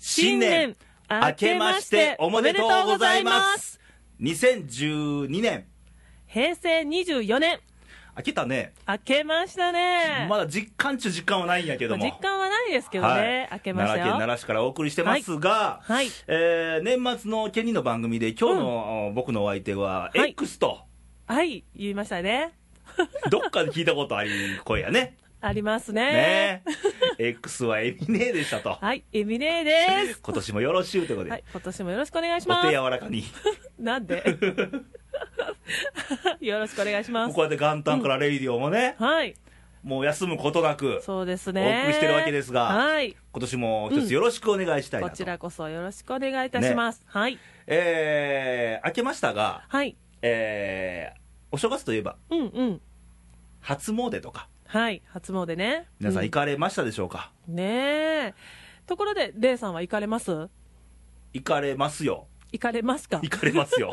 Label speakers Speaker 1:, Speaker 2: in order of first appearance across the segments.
Speaker 1: 新年明けましておめでとうございます2012年
Speaker 2: 平成24年
Speaker 1: 明けたね
Speaker 2: 明けましたね
Speaker 1: まだ実感中実感はないんやけども
Speaker 2: 実感はないですけどね、
Speaker 1: はい
Speaker 2: 明けましたよ
Speaker 1: 奈良県奈良市からお送りしてますが、
Speaker 2: はいはい
Speaker 1: えー年末のケニーの番組で今日の、僕のお相手は
Speaker 2: はい
Speaker 1: X と、
Speaker 2: はい言いましたね
Speaker 1: どっかで聞いたことある声や ね
Speaker 2: ありますね
Speaker 1: ね X はエミネーでしたと
Speaker 2: はいエミネ ーです
Speaker 1: 今年もよろしゅうということで、
Speaker 2: はい今年もよろしくお願いし
Speaker 1: お
Speaker 2: ます
Speaker 1: 手柔らかに
Speaker 2: な んでよろしくお願いしま
Speaker 1: こ
Speaker 2: す
Speaker 1: うやって元旦からレイディオもね、
Speaker 2: はい
Speaker 1: もう休むことなく
Speaker 2: そうですね
Speaker 1: お送りしてるわけですが
Speaker 2: はい
Speaker 1: 今年も一つよろしくお願いしたいな、
Speaker 2: ことちらこそよろしくお願いいたします、はい
Speaker 1: えー、明けましたが、
Speaker 2: はい
Speaker 1: えー、お正月といえば
Speaker 2: うんうん
Speaker 1: 初詣とか
Speaker 2: はい初詣ね
Speaker 1: 皆さん
Speaker 2: う
Speaker 1: 行かれましたでしょうか、
Speaker 2: ねえところでレイさんは行かれます
Speaker 1: 行かれますよ
Speaker 2: 行かれますか
Speaker 1: 行かれますよ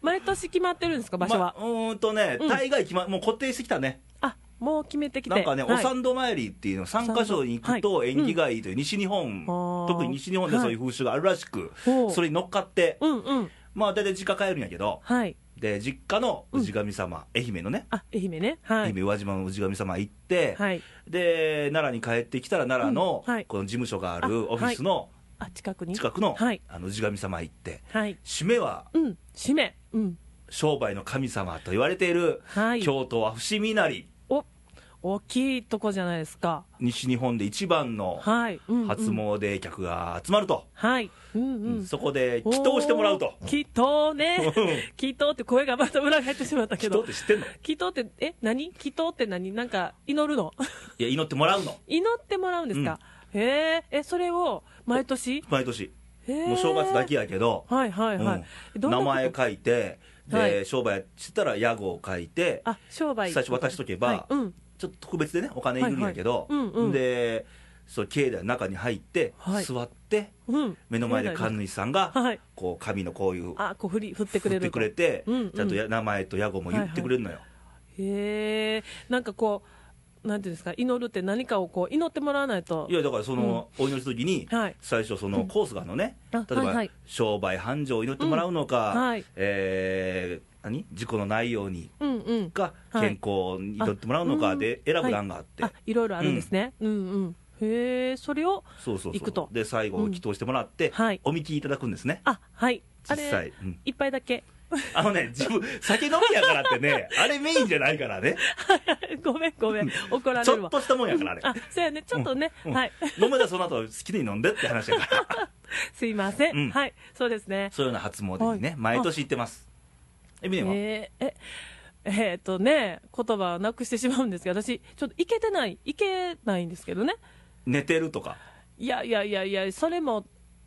Speaker 2: 毎年決まってるんです か場所は、
Speaker 1: まうーんとね
Speaker 2: うん
Speaker 1: 大概決まもう固定してきたね
Speaker 2: あもう決めてきて
Speaker 1: なんかね、
Speaker 2: はい
Speaker 1: お参道参りっていうの3か所に行くと
Speaker 2: はい
Speaker 1: 縁起がいいという、西日本
Speaker 2: あー
Speaker 1: 特に西日本でそういう風習があるらしく、
Speaker 2: ほう
Speaker 1: それに乗っかって、
Speaker 2: うんうん
Speaker 1: まあ大体実家帰るんやけど
Speaker 2: はい
Speaker 1: で実家の氏神様、愛媛のね
Speaker 2: あ愛媛ねは
Speaker 1: 愛
Speaker 2: い
Speaker 1: 媛宇和島の氏神様行って、
Speaker 2: はい
Speaker 1: で奈良に帰ってきたら奈良の、
Speaker 2: うんはい
Speaker 1: この事務所があ
Speaker 2: あ
Speaker 1: るオフィスの
Speaker 2: あ近くに
Speaker 1: 近くの、
Speaker 2: はい
Speaker 1: あの氏神様行って
Speaker 2: はい
Speaker 1: 締めは
Speaker 2: うん締めうん
Speaker 1: 商売の神様と言われている、
Speaker 2: はい
Speaker 1: 京都は伏見稲荷
Speaker 2: お大きいとこじゃないですか
Speaker 1: 西日本で一番の
Speaker 2: はい、うんうん
Speaker 1: 初詣客が集まると、
Speaker 2: はいうんうん
Speaker 1: そこで祈祷してもらうと
Speaker 2: おー祈祷ね
Speaker 1: うん
Speaker 2: 祈祷って声がまた裏返ってしまったけ
Speaker 1: 祈祷
Speaker 2: ど
Speaker 1: って知ってんのい
Speaker 2: 祈祷ってえ何祈祷って何なんか祈るの
Speaker 1: や祈ってもらうの
Speaker 2: 祈ってもらうんですか、へええそれを毎年
Speaker 1: 毎年
Speaker 2: も
Speaker 1: もう正月だけやけど、
Speaker 2: はいはいはい、
Speaker 1: うん
Speaker 2: どんな
Speaker 1: 名
Speaker 2: こと
Speaker 1: 前書いてで、
Speaker 2: はい
Speaker 1: 商売してたら屋号を書いて
Speaker 2: あ商売
Speaker 1: 最初渡しとけば、
Speaker 2: はいうん
Speaker 1: ちょっと特別でねお金いるんやけど、
Speaker 2: はいはいうんうん
Speaker 1: でその境内の中に入って、
Speaker 2: はい
Speaker 1: 座って
Speaker 2: うん、
Speaker 1: 目の前で神主さんが、
Speaker 2: はい
Speaker 1: こう紙のこういう
Speaker 2: あこう振り振って
Speaker 1: 振
Speaker 2: くれ
Speaker 1: っ
Speaker 2: る
Speaker 1: てくれて、
Speaker 2: うんうん
Speaker 1: ちゃんとや名前と屋号も言ってくれるのよ、
Speaker 2: へえなんかこうなんていうんですか祈るって何かをこう祈ってもらわないと
Speaker 1: いやだからその、お祈りするときに、
Speaker 2: はい
Speaker 1: 最初そのコースがあるのね、
Speaker 2: あ
Speaker 1: 例えば、
Speaker 2: はいはい
Speaker 1: 商売繁盛を祈ってもらうのか、
Speaker 2: うんはい
Speaker 1: えー何事故のないように
Speaker 2: うんうん
Speaker 1: か、
Speaker 2: はい
Speaker 1: 健康に祈ってもらうのかで選ぶ欄があって、
Speaker 2: あいろいろあるんですね、うん、うんへえそれを
Speaker 1: そうそうそう
Speaker 2: 行くと
Speaker 1: で最後祈祷してもらって、
Speaker 2: んはい
Speaker 1: おみきいただくんですね
Speaker 2: あはいあ
Speaker 1: 実
Speaker 2: れ
Speaker 1: 際、うん
Speaker 2: 一杯だけ
Speaker 1: あのね自分酒飲みやからってねあれメインじゃないからね
Speaker 2: ごめんごめん 怒ら
Speaker 1: ち
Speaker 2: れる
Speaker 1: ょっ
Speaker 2: わ
Speaker 1: としたもんやからあれ、
Speaker 2: あそうやねちょっとね、
Speaker 1: うん
Speaker 2: はい
Speaker 1: 飲めたらその後好きに飲んでって話やから
Speaker 2: すいません、
Speaker 1: うん
Speaker 2: はいそうですね
Speaker 1: そういうような初詣にね、
Speaker 2: はい
Speaker 1: 毎年行ってますエミネは、
Speaker 2: えーええーっとね言葉をなくしてしまうんですけど私ちょっといけてないいけないんですけどね
Speaker 1: 寝てるとか
Speaker 2: いやいやいやいやそれも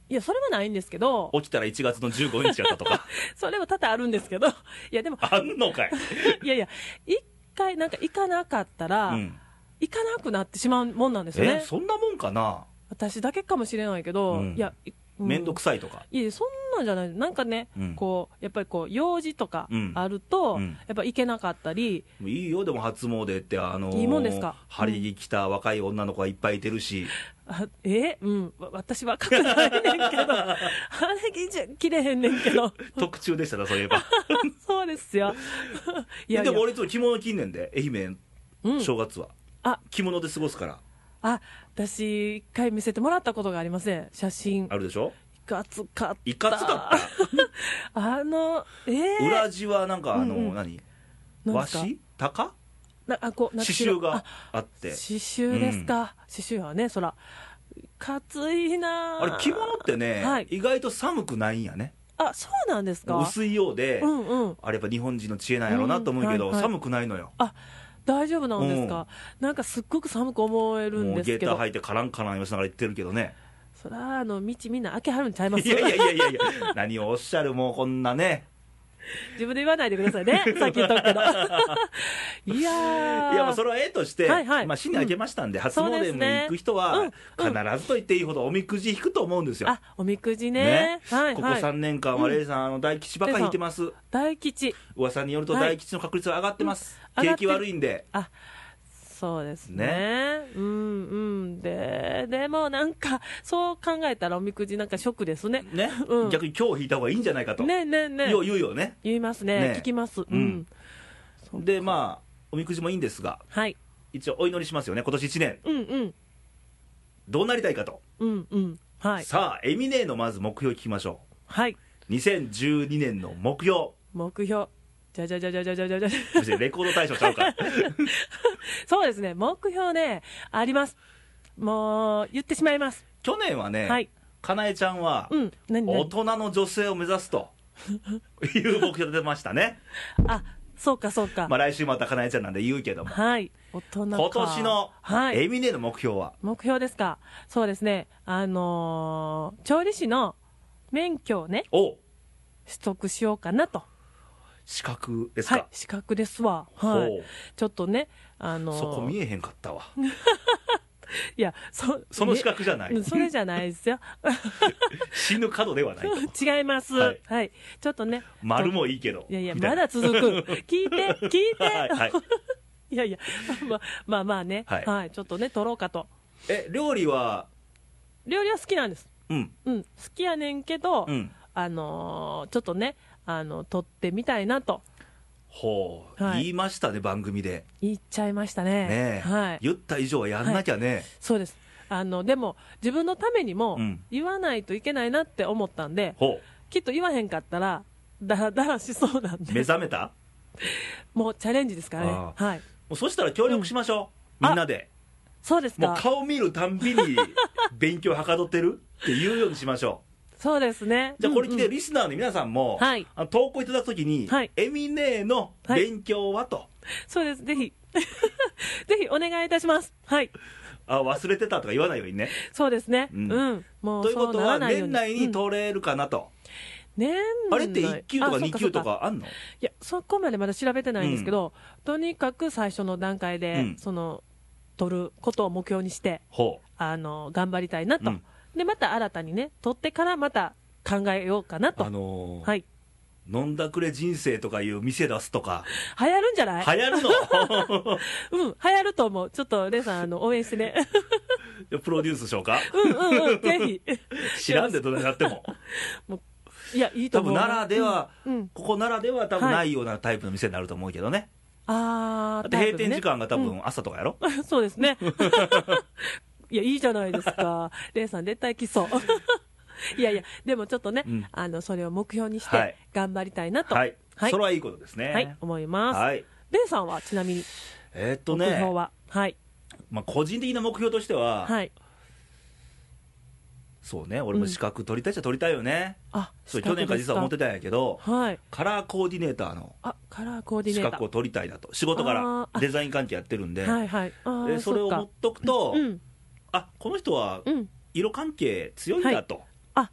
Speaker 2: いやそれはないんですけど
Speaker 1: 起きたら1月の15日やったと か
Speaker 2: それも多々あるんですけどい やでも
Speaker 1: あんのかい、
Speaker 2: いやいや一回なんか行かなかったら、
Speaker 1: うん、
Speaker 2: 行かなくなってしまうもんなんですよ
Speaker 1: え
Speaker 2: ね
Speaker 1: そんなもんかな
Speaker 2: 私だけかもしれないけど、
Speaker 1: うん
Speaker 2: いや
Speaker 1: 面倒
Speaker 2: く
Speaker 1: くさいとか、
Speaker 2: いやいやそんなんじゃないなんかね、
Speaker 1: うん
Speaker 2: こうやっぱりこう用事とかあると、
Speaker 1: うんうん
Speaker 2: やっぱ行けなかったり、
Speaker 1: もういいよでも初詣ってあのー
Speaker 2: いいもんですか
Speaker 1: 張り着来た若い女の子がいっぱいいてるし、
Speaker 2: あえうん、わ私若くないねんけど、あれ着じゃ着れへんねんけど、
Speaker 1: 特注でしたなそういえ ば
Speaker 2: そうですよ。 いやい
Speaker 1: で
Speaker 2: や
Speaker 1: も、俺いつも着物着んねんで愛媛
Speaker 2: うん、
Speaker 1: 正月は、
Speaker 2: あ
Speaker 1: 着物で過ごすから
Speaker 2: あ、私、一回見せてもらったことがありません、写真
Speaker 1: あ。るでしょ
Speaker 2: いかつかった。
Speaker 1: いかつか
Speaker 2: った。あの、えー、
Speaker 1: 裏地はなんかあの、
Speaker 2: うんうん
Speaker 1: 何
Speaker 2: なん
Speaker 1: 和
Speaker 2: ですか
Speaker 1: 紙鷹
Speaker 2: なあこうなん
Speaker 1: 刺
Speaker 2: か
Speaker 1: 繍があっ
Speaker 2: あ
Speaker 1: て
Speaker 2: 刺繍ですか。刺繍はね、そら。かついな
Speaker 1: あれ着物ってね、
Speaker 2: はい
Speaker 1: 意外と寒くないんやね
Speaker 2: あ、そうなんですか。
Speaker 1: 薄いようで、
Speaker 2: うんうん。
Speaker 1: あれやっぱ日本人の知恵なんやろうなと思うけど、
Speaker 2: うんはいはい
Speaker 1: 寒くないのよ
Speaker 2: あ大丈夫なんですか、なんかすっごく寒く思えるん
Speaker 1: もう
Speaker 2: で
Speaker 1: ゲ
Speaker 2: す
Speaker 1: ー
Speaker 2: け
Speaker 1: ター
Speaker 2: ど、
Speaker 1: 履いてカランカラン言わせながら言ってるけどね
Speaker 2: そら、あの道みんな開けはるんちゃいます
Speaker 1: いやいやいやいやいや 何をおっしゃるもうこんなね
Speaker 2: 自分で言わないでくださ いね、さっき言ったけど。いやー、
Speaker 1: いやまあそれはええとして、
Speaker 2: はいはい
Speaker 1: まあ、新年明けましたんで、初
Speaker 2: そうです
Speaker 1: 詣に
Speaker 2: ね
Speaker 1: 行く人
Speaker 2: う
Speaker 1: は
Speaker 2: ん、
Speaker 1: 必ずと言っていいほどおみくじ引くと思うんですよ、
Speaker 2: あおみくじね、はい
Speaker 1: ここ
Speaker 2: はい、
Speaker 1: 3年間は、レイさん、あの大吉ばっかり引いてます、
Speaker 2: 大吉、
Speaker 1: 噂によると
Speaker 2: はい
Speaker 1: 大吉の確率は上がってます、
Speaker 2: うん上
Speaker 1: 景
Speaker 2: がって
Speaker 1: 気悪いんで、
Speaker 2: あそうですね
Speaker 1: ね
Speaker 2: うんうんででもなんかそう考えたらおみくじなんかショックですね
Speaker 1: ね、
Speaker 2: うん
Speaker 1: 逆に今日引いた方がいいんじゃないかと、
Speaker 2: ねねね
Speaker 1: よう言うよね
Speaker 2: 言いますね
Speaker 1: ね
Speaker 2: 聞きますう
Speaker 1: うんん、
Speaker 2: そう
Speaker 1: でまあおみくじもいいんですが
Speaker 2: はい
Speaker 1: 一応お祈りしますよね今年1年
Speaker 2: うんうん
Speaker 1: どうなりたいかと、
Speaker 2: うんうんはい
Speaker 1: さあエミネーのまず目標聞きましょ
Speaker 2: はいう
Speaker 1: 2012年の目標
Speaker 2: 目標じゃじゃじゃじゃじゃじゃじゃじゃ
Speaker 1: 別にレコード大賞ちゃう から
Speaker 2: そうですね目標ねありますもう言ってしまいます
Speaker 1: 去年はね、
Speaker 2: はい
Speaker 1: かなえちゃんは、
Speaker 2: うん何
Speaker 1: 大
Speaker 2: 何
Speaker 1: 人の女性を目指すという目標出てましたね、
Speaker 2: あそうかそうか、
Speaker 1: まあ、来週またかなえちゃんなんで言うけども
Speaker 2: はい大人か
Speaker 1: 今年の
Speaker 2: はい
Speaker 1: エミネの目標は、
Speaker 2: 目標ですかそうですねあのー調理師の免許をね
Speaker 1: お
Speaker 2: 取得しようかなと
Speaker 1: 資格ですか、
Speaker 2: はい資格ですわは
Speaker 1: ほ
Speaker 2: いうちょっとねあのー
Speaker 1: そこ見えへんかったわ
Speaker 2: いやそ
Speaker 1: その資格じゃない
Speaker 2: ねそれじゃないで すよ
Speaker 1: 死ぬ角ではない
Speaker 2: 違いますは
Speaker 1: はいい、
Speaker 2: ちょっとね
Speaker 1: 丸もいいけど
Speaker 2: いやいや
Speaker 1: みた
Speaker 2: まだ続く聞 いて聞いて、
Speaker 1: はいはい
Speaker 2: い、やいやまあまあまあねは、
Speaker 1: はいい
Speaker 2: ちょっとね取ろうかと
Speaker 1: え料理は
Speaker 2: 料理は好きなんです
Speaker 1: うん
Speaker 2: うん好きやねんけど、
Speaker 1: うん
Speaker 2: あのーちょっとねあの取ってみたいなと
Speaker 1: ほう、
Speaker 2: はい
Speaker 1: 言いましたね番組で
Speaker 2: 言っちゃいましたね。
Speaker 1: ねえ、
Speaker 2: はい。
Speaker 1: 言った以上はやんなきゃね、
Speaker 2: そうです。あの、でも、自分のためにも
Speaker 1: うん、
Speaker 2: 言わないといけないなって思ったんで、
Speaker 1: ほ
Speaker 2: きっと言わへんかったら、だらだらしそうなん
Speaker 1: う目
Speaker 2: で、
Speaker 1: 覚めた
Speaker 2: もうチャレンジですからね
Speaker 1: あ。あ
Speaker 2: はい。
Speaker 1: もうそしたら協力しましょう、
Speaker 2: うん
Speaker 1: みんなで
Speaker 2: そうです
Speaker 1: もう
Speaker 2: か。
Speaker 1: 顔見るたんびに勉強はかどって るって言うようにしましょ
Speaker 2: そうですね。
Speaker 1: うじゃあこれ
Speaker 2: うんう
Speaker 1: 来
Speaker 2: ん
Speaker 1: てリスナーの皆さんも、
Speaker 2: はい
Speaker 1: あの投稿いただくときに、
Speaker 2: はい
Speaker 1: エミネーの勉強はと、
Speaker 2: そうです。ぜひ、 ぜひお願いいたします。はい。
Speaker 1: あ忘れてたとか言わないようにね
Speaker 2: そうですね。う
Speaker 1: うん
Speaker 2: ん。もう、
Speaker 1: ということ
Speaker 2: そうなら
Speaker 1: は
Speaker 2: ないよう
Speaker 1: 年内に
Speaker 2: うん
Speaker 1: 取れるかなと、
Speaker 2: 年内
Speaker 1: あれって1級とか
Speaker 2: あそう
Speaker 1: 2級と
Speaker 2: そう
Speaker 1: かあんの
Speaker 2: いや、そこまでまだ調べてないんですけど、とにかく最初の段階で、
Speaker 1: うん
Speaker 2: その、取ることを目標にして、
Speaker 1: ほ
Speaker 2: あの、頑張りたいなと。
Speaker 1: うん
Speaker 2: で、また新たにね、取ってからまた考えようかな
Speaker 1: う
Speaker 2: と。
Speaker 1: あのー
Speaker 2: はい。
Speaker 1: 飲んだくれ人生とかいう店出すとか
Speaker 2: 流行るんじゃない、
Speaker 1: 流行るの
Speaker 2: うん、流行ると思う。ちょっと、レイさん、あの、応援してね。
Speaker 1: プロデュースしようか
Speaker 2: うんうんうん、ぜひ。
Speaker 1: 知らんでどれなっても
Speaker 2: いや、いいと
Speaker 1: 多
Speaker 2: 思う
Speaker 1: 分
Speaker 2: な。
Speaker 1: 奈良では、
Speaker 2: うんうん
Speaker 1: ここ奈良では多分
Speaker 2: はい
Speaker 1: ないようなタイプの店になると思うけどね、
Speaker 2: あー、
Speaker 1: だって閉店
Speaker 2: タイ
Speaker 1: 時
Speaker 2: プね
Speaker 1: 間が多分朝とかやろ、
Speaker 2: うん そうですね。いや、いいじゃないですか。レイさん、絶対来そう。 いやいや、でもちょっとね、
Speaker 1: うん
Speaker 2: あの、それを目標にし
Speaker 1: は
Speaker 2: て
Speaker 1: い、
Speaker 2: 頑張りたいなと。
Speaker 1: はい、
Speaker 2: はい
Speaker 1: それはいいことですね
Speaker 2: はい、思います。
Speaker 1: はい
Speaker 2: レイさんは、ちなみに、
Speaker 1: えーっと
Speaker 2: 目標
Speaker 1: ね、
Speaker 2: は、はい。
Speaker 1: まあ、個人的な目標としては、
Speaker 2: はい。
Speaker 1: そうね俺も資格取りたいっちゃ取りたいよね、
Speaker 2: あ、
Speaker 1: そう去年から実は思って
Speaker 2: た。
Speaker 1: たんやけど
Speaker 2: はい。
Speaker 1: カラーコーディネーターの
Speaker 2: あ、カラーコーディ
Speaker 1: 資
Speaker 2: ネーター。
Speaker 1: 格を取りたいなと仕事か
Speaker 2: あ
Speaker 1: ら
Speaker 2: ー
Speaker 1: デザイン関係やってるんで、
Speaker 2: はいはい。あー
Speaker 1: でそれを持っとくと、
Speaker 2: そっかうん、
Speaker 1: あこの人は
Speaker 2: うん。
Speaker 1: 色関係強いなと、
Speaker 2: あ、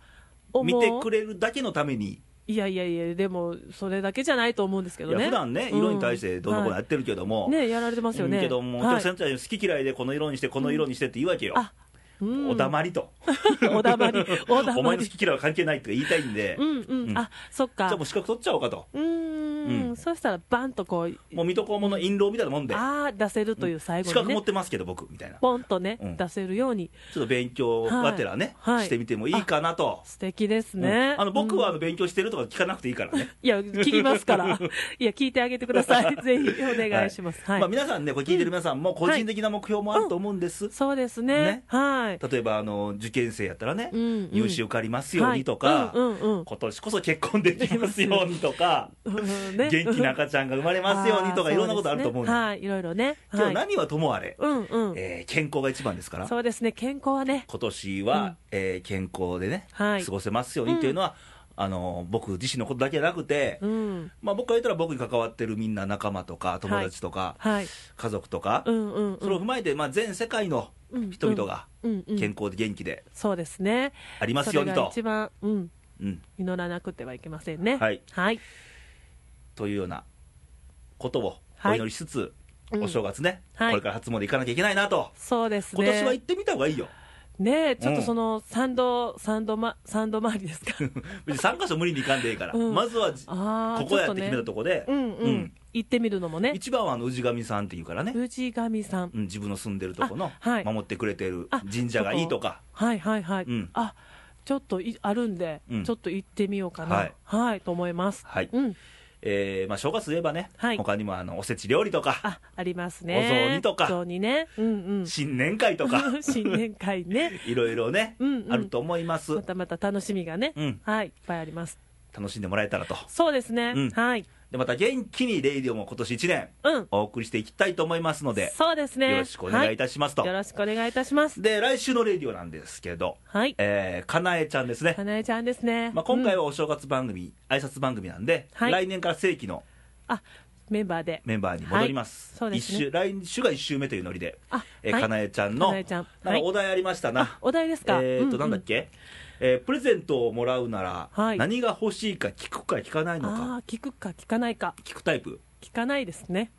Speaker 1: 見てく
Speaker 2: れ。
Speaker 1: れるだけのために、
Speaker 2: いやいやいや、でも、それだけじゃないと思うんですけ
Speaker 1: い
Speaker 2: ど
Speaker 1: や
Speaker 2: ね。
Speaker 1: 普段ね、色に対してどうのこうのや
Speaker 2: や
Speaker 1: ってるけども、
Speaker 2: ね、やられてますよね。
Speaker 1: うんけども、お
Speaker 2: は
Speaker 1: 客
Speaker 2: い
Speaker 1: さんたち好き嫌いでこの色にして、この色にしてって言うわけよ、
Speaker 2: あ、うん
Speaker 1: お黙りと、
Speaker 2: り。 おだまり。お だ
Speaker 1: お前
Speaker 2: ま
Speaker 1: の
Speaker 2: り。
Speaker 1: 好き嫌いは関係ないって言いたいんで、
Speaker 2: う
Speaker 1: じ
Speaker 2: んう。
Speaker 1: うんん
Speaker 2: あ、そっか。
Speaker 1: ゃあもう資格取っちゃおうかと、
Speaker 2: うー。
Speaker 1: うんん
Speaker 2: そうしたら、バンとこう、
Speaker 1: もう水戸黄門の印籠みたいなもんで、
Speaker 2: あー、出せるという最後
Speaker 1: 資
Speaker 2: に
Speaker 1: 格持
Speaker 2: ね
Speaker 1: っ。てますけど、僕みたいな、ちょ
Speaker 2: ポンとね
Speaker 1: う、ん
Speaker 2: 出せるように。
Speaker 1: っと勉強がてらね、
Speaker 2: はいはい
Speaker 1: してみてもいいかなと。
Speaker 2: 素敵です
Speaker 1: うん
Speaker 2: ね。
Speaker 1: あの僕はあ
Speaker 2: うん
Speaker 1: の勉強してるとか聞かなくていいからね、
Speaker 2: いや、聞きますから。 いや、聞いてあげてく ださい。ぜひお願いします。はい
Speaker 1: まあ、。皆さんね、これ聞いてる皆さんも、個人的な目標もあると思うんです、
Speaker 2: そうですね。
Speaker 1: ね
Speaker 2: はい。
Speaker 1: 例えばあの受験生やったらね、
Speaker 2: うんうん
Speaker 1: 入試受かりますようにとか、
Speaker 2: はいうんうんうん
Speaker 1: 今年こそ結婚できますようにとか、
Speaker 2: うん ね
Speaker 1: 元気な赤ちゃんが生まれますようにとか、
Speaker 2: あー
Speaker 1: いろんなことあると思う
Speaker 2: そですね
Speaker 1: の、
Speaker 2: はい、いろいろね。
Speaker 1: けど
Speaker 2: はい
Speaker 1: 何はともあれ、
Speaker 2: うんうん。
Speaker 1: えー健康が一番ですから、
Speaker 2: そうですね、健康はね。
Speaker 1: 今年
Speaker 2: うん
Speaker 1: は、えー健康でね、
Speaker 2: はい
Speaker 1: 過ごせますようにというのは、あの僕自身のことだけじゃなくて、
Speaker 2: うん。
Speaker 1: まあ、僕が言ったら僕に関わってるみんな、仲間とか、友達とか、
Speaker 2: はい。
Speaker 1: 家族とか、
Speaker 2: うんうんうん。
Speaker 1: それを踏まえて、まあ、全世界の人々が
Speaker 2: うんうん
Speaker 1: 健康で元気で
Speaker 2: そうですね。
Speaker 1: ありますように
Speaker 2: それが
Speaker 1: と。
Speaker 2: 一番、うん。
Speaker 1: うん
Speaker 2: 祈らなくてはいけませんね。
Speaker 1: はい
Speaker 2: はい。
Speaker 1: というようなことを
Speaker 2: は
Speaker 1: お
Speaker 2: い
Speaker 1: 祈りしつつ、
Speaker 2: うん
Speaker 1: お正月ね、
Speaker 2: はい
Speaker 1: これから初詣行かなきゃいけないなと、
Speaker 2: そうです
Speaker 1: 今
Speaker 2: ね。
Speaker 1: 年は行ってみた方がいいよ、
Speaker 2: ねえちょっとその三度三度ま三度回りですか
Speaker 1: 別に3箇所無理に行かんでいいから、
Speaker 2: うん
Speaker 1: まずはじこ
Speaker 2: ああ
Speaker 1: こやって決めた
Speaker 2: と
Speaker 1: とこで、
Speaker 2: ね、うんうん、
Speaker 1: うん
Speaker 2: 行ってみるのもね
Speaker 1: 一番はあの氏神さんっていうからね、
Speaker 2: 氏神さん
Speaker 1: うん、自分の住んでるとこの
Speaker 2: あはい
Speaker 1: 守ってくれてる
Speaker 2: あ
Speaker 1: 神社がいいとか、
Speaker 2: はいはいはい、
Speaker 1: うん
Speaker 2: あちょっといあるんで、
Speaker 1: うん
Speaker 2: ちょっと行ってみようかな
Speaker 1: は
Speaker 2: はいい、と思います
Speaker 1: はい
Speaker 2: うん
Speaker 1: えーまあ、正月といえばね、
Speaker 2: はい
Speaker 1: 他にもあのおせち料理とか、
Speaker 2: あありますね
Speaker 1: お雑煮とか
Speaker 2: お雑煮ねうんうん
Speaker 1: 新年会とか、
Speaker 2: 新年会ね
Speaker 1: いろいろね、
Speaker 2: うんうん
Speaker 1: あると思います
Speaker 2: ま、たまた楽しみがね、
Speaker 1: うん
Speaker 2: はいいっぱいあります
Speaker 1: 楽しんでもらえたらと、
Speaker 2: そうですね、
Speaker 1: うん
Speaker 2: はい
Speaker 1: でまた元気にレイディオも今年1年、
Speaker 2: うん
Speaker 1: お送りしていきたいと思いますので、
Speaker 2: そうですね
Speaker 1: よろしくお願いいたしますと、
Speaker 2: はいよろしくお願いいたします
Speaker 1: で来週のレイディオなんですけど、
Speaker 2: はい
Speaker 1: えーかなえちゃんですね
Speaker 2: か、なえちゃんですね、
Speaker 1: まあ、今回
Speaker 2: うん
Speaker 1: はお正月番組、挨拶番組なんで、
Speaker 2: はい
Speaker 1: 来年から正規の
Speaker 2: あメンバーで
Speaker 1: メンバーに戻ります、
Speaker 2: はいそうですね
Speaker 1: 一週来週が1週目というノリで、
Speaker 2: あ
Speaker 1: えー
Speaker 2: はい
Speaker 1: かなえちゃんの
Speaker 2: かなえちゃん
Speaker 1: なん
Speaker 2: は
Speaker 1: か
Speaker 2: い
Speaker 1: お題ありましたな、
Speaker 2: お題ですか
Speaker 1: えーと、
Speaker 2: うう
Speaker 1: なんだっけ、えープレゼントをもらうなら、
Speaker 2: はい
Speaker 1: 何が欲しいか聞くか聞かないのか、
Speaker 2: ああ聞くか聞かないか
Speaker 1: 聞くタイプ、
Speaker 2: 聞かないです ね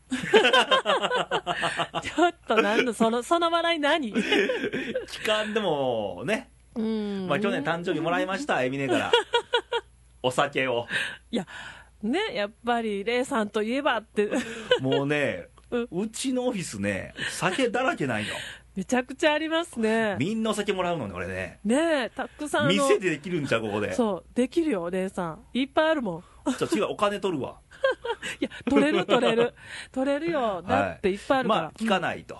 Speaker 2: ちょっとなんのそのその笑い何
Speaker 1: 聞かんでもね、
Speaker 2: うん
Speaker 1: まあ、去年誕生日もらいました、エミネ から、お酒を、
Speaker 2: いやねやっぱりレイさんといえばって
Speaker 1: もうね、
Speaker 2: うん
Speaker 1: うちのオフィスね、酒だらけなんよ、
Speaker 2: めちゃくちゃありますね
Speaker 1: みんなお酒もらうのね、俺ね、
Speaker 2: ねえたくさんあの
Speaker 1: 店でできるんちゃう、ここで、ちょ
Speaker 2: そうできるよレイさんいっぱいあるもん
Speaker 1: っと違う、お金取るわ、
Speaker 2: いや取れる取 れる取れるよだっていっぱいあるから、
Speaker 1: まあ、聞かないと、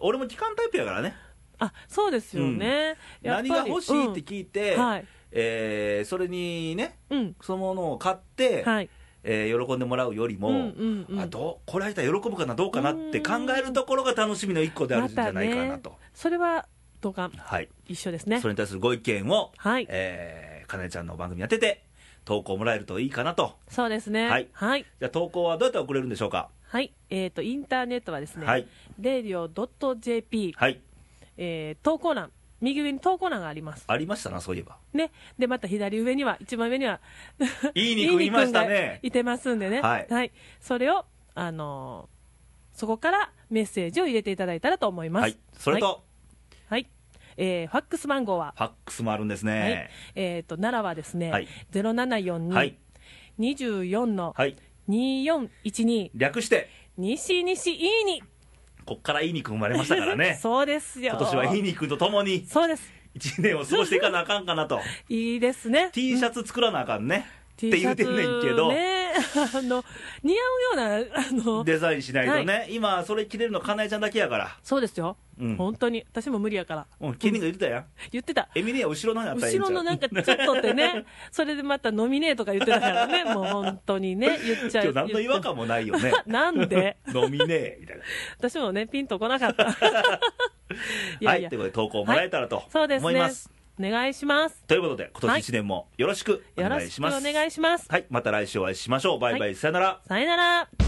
Speaker 1: 俺も聞かんタイプやからね、
Speaker 2: あそうですよね、やっぱ
Speaker 1: 何
Speaker 2: り
Speaker 1: が欲しいって聞いて、
Speaker 2: うんはい
Speaker 1: えーそれにね、
Speaker 2: うん
Speaker 1: そのものを買って、
Speaker 2: はい
Speaker 1: えー喜んでもらうよりも、
Speaker 2: うんうんうん
Speaker 1: あどうこれやったら喜ぶかなどうかなって考えるところが楽しみの一個であるんじゃないかなと、
Speaker 2: またね、それはどうか
Speaker 1: はい、
Speaker 2: 一緒ですね
Speaker 1: それに対するご意見を、
Speaker 2: はい
Speaker 1: えーかなえちゃんの番組に当てて投稿もらえるといいかなと
Speaker 2: そうですね
Speaker 1: はい
Speaker 2: はい
Speaker 1: じゃあ投稿はどうやって送れるんでしょうか
Speaker 2: はいえー、とインターネットはですね、
Speaker 1: はい
Speaker 2: radio.jp、
Speaker 1: はい
Speaker 2: えー投稿欄、右上に投稿欄があります、
Speaker 1: ありましたなそういえば
Speaker 2: ね、でまた左上には、一番上には、
Speaker 1: いい肉いましたね
Speaker 2: いい肉がいてますんでね、
Speaker 1: はい
Speaker 2: それを、あのーそこからメッセージを入れていただいたらと思います。
Speaker 1: はいそれと、
Speaker 2: はい、はいえーファックス番号は、
Speaker 1: ファックスもあるんです
Speaker 2: はい
Speaker 1: ね
Speaker 2: えー、と奈良はですね、
Speaker 1: はいはい
Speaker 2: 0742、24の
Speaker 1: はい、
Speaker 2: 2412、
Speaker 1: 略して
Speaker 2: 西西いいに
Speaker 1: こっからいい肉生まれましたからね
Speaker 2: そうですよ
Speaker 1: 今年はいい肉とともに
Speaker 2: そうです
Speaker 1: 1年を過ごしていかなあかんかなと
Speaker 2: いいですね
Speaker 1: T シャツ作らなあかんね、
Speaker 2: T
Speaker 1: って言うてんねんけど、
Speaker 2: シャツねあの似合うようなあの
Speaker 1: デザインしないとね、今それ着れるのかなえちゃんだけやから
Speaker 2: そうですよ、
Speaker 1: うん
Speaker 2: 本当に私も無理やから
Speaker 1: うん筋肉が言ってたやん、
Speaker 2: 言ってた
Speaker 1: エミネは後ろの方にあったらええ
Speaker 2: 後
Speaker 1: んちゃう
Speaker 2: ろのなんかちょっとってね それでまた飲みねえとか言ってたからねもう本当にね言っちゃ
Speaker 1: 今
Speaker 2: う
Speaker 1: 日何の違和
Speaker 2: 言っ
Speaker 1: 感もない よね
Speaker 2: ちゃうなんで
Speaker 1: 飲みねえみたいな
Speaker 2: 私もねピンとこなかっ たいやい
Speaker 1: はい
Speaker 2: や
Speaker 1: ということで投稿もらえたらと
Speaker 2: そうです
Speaker 1: 思い
Speaker 2: ね
Speaker 1: ます,、
Speaker 2: お願いします
Speaker 1: ということで今年1年もよろしくお
Speaker 2: よろ
Speaker 1: 願い
Speaker 2: し
Speaker 1: し
Speaker 2: くお
Speaker 1: ます、
Speaker 2: 願いします
Speaker 1: はいまた来週お会いしましょうバイバイ、
Speaker 2: はい
Speaker 1: さよなら
Speaker 2: さよなら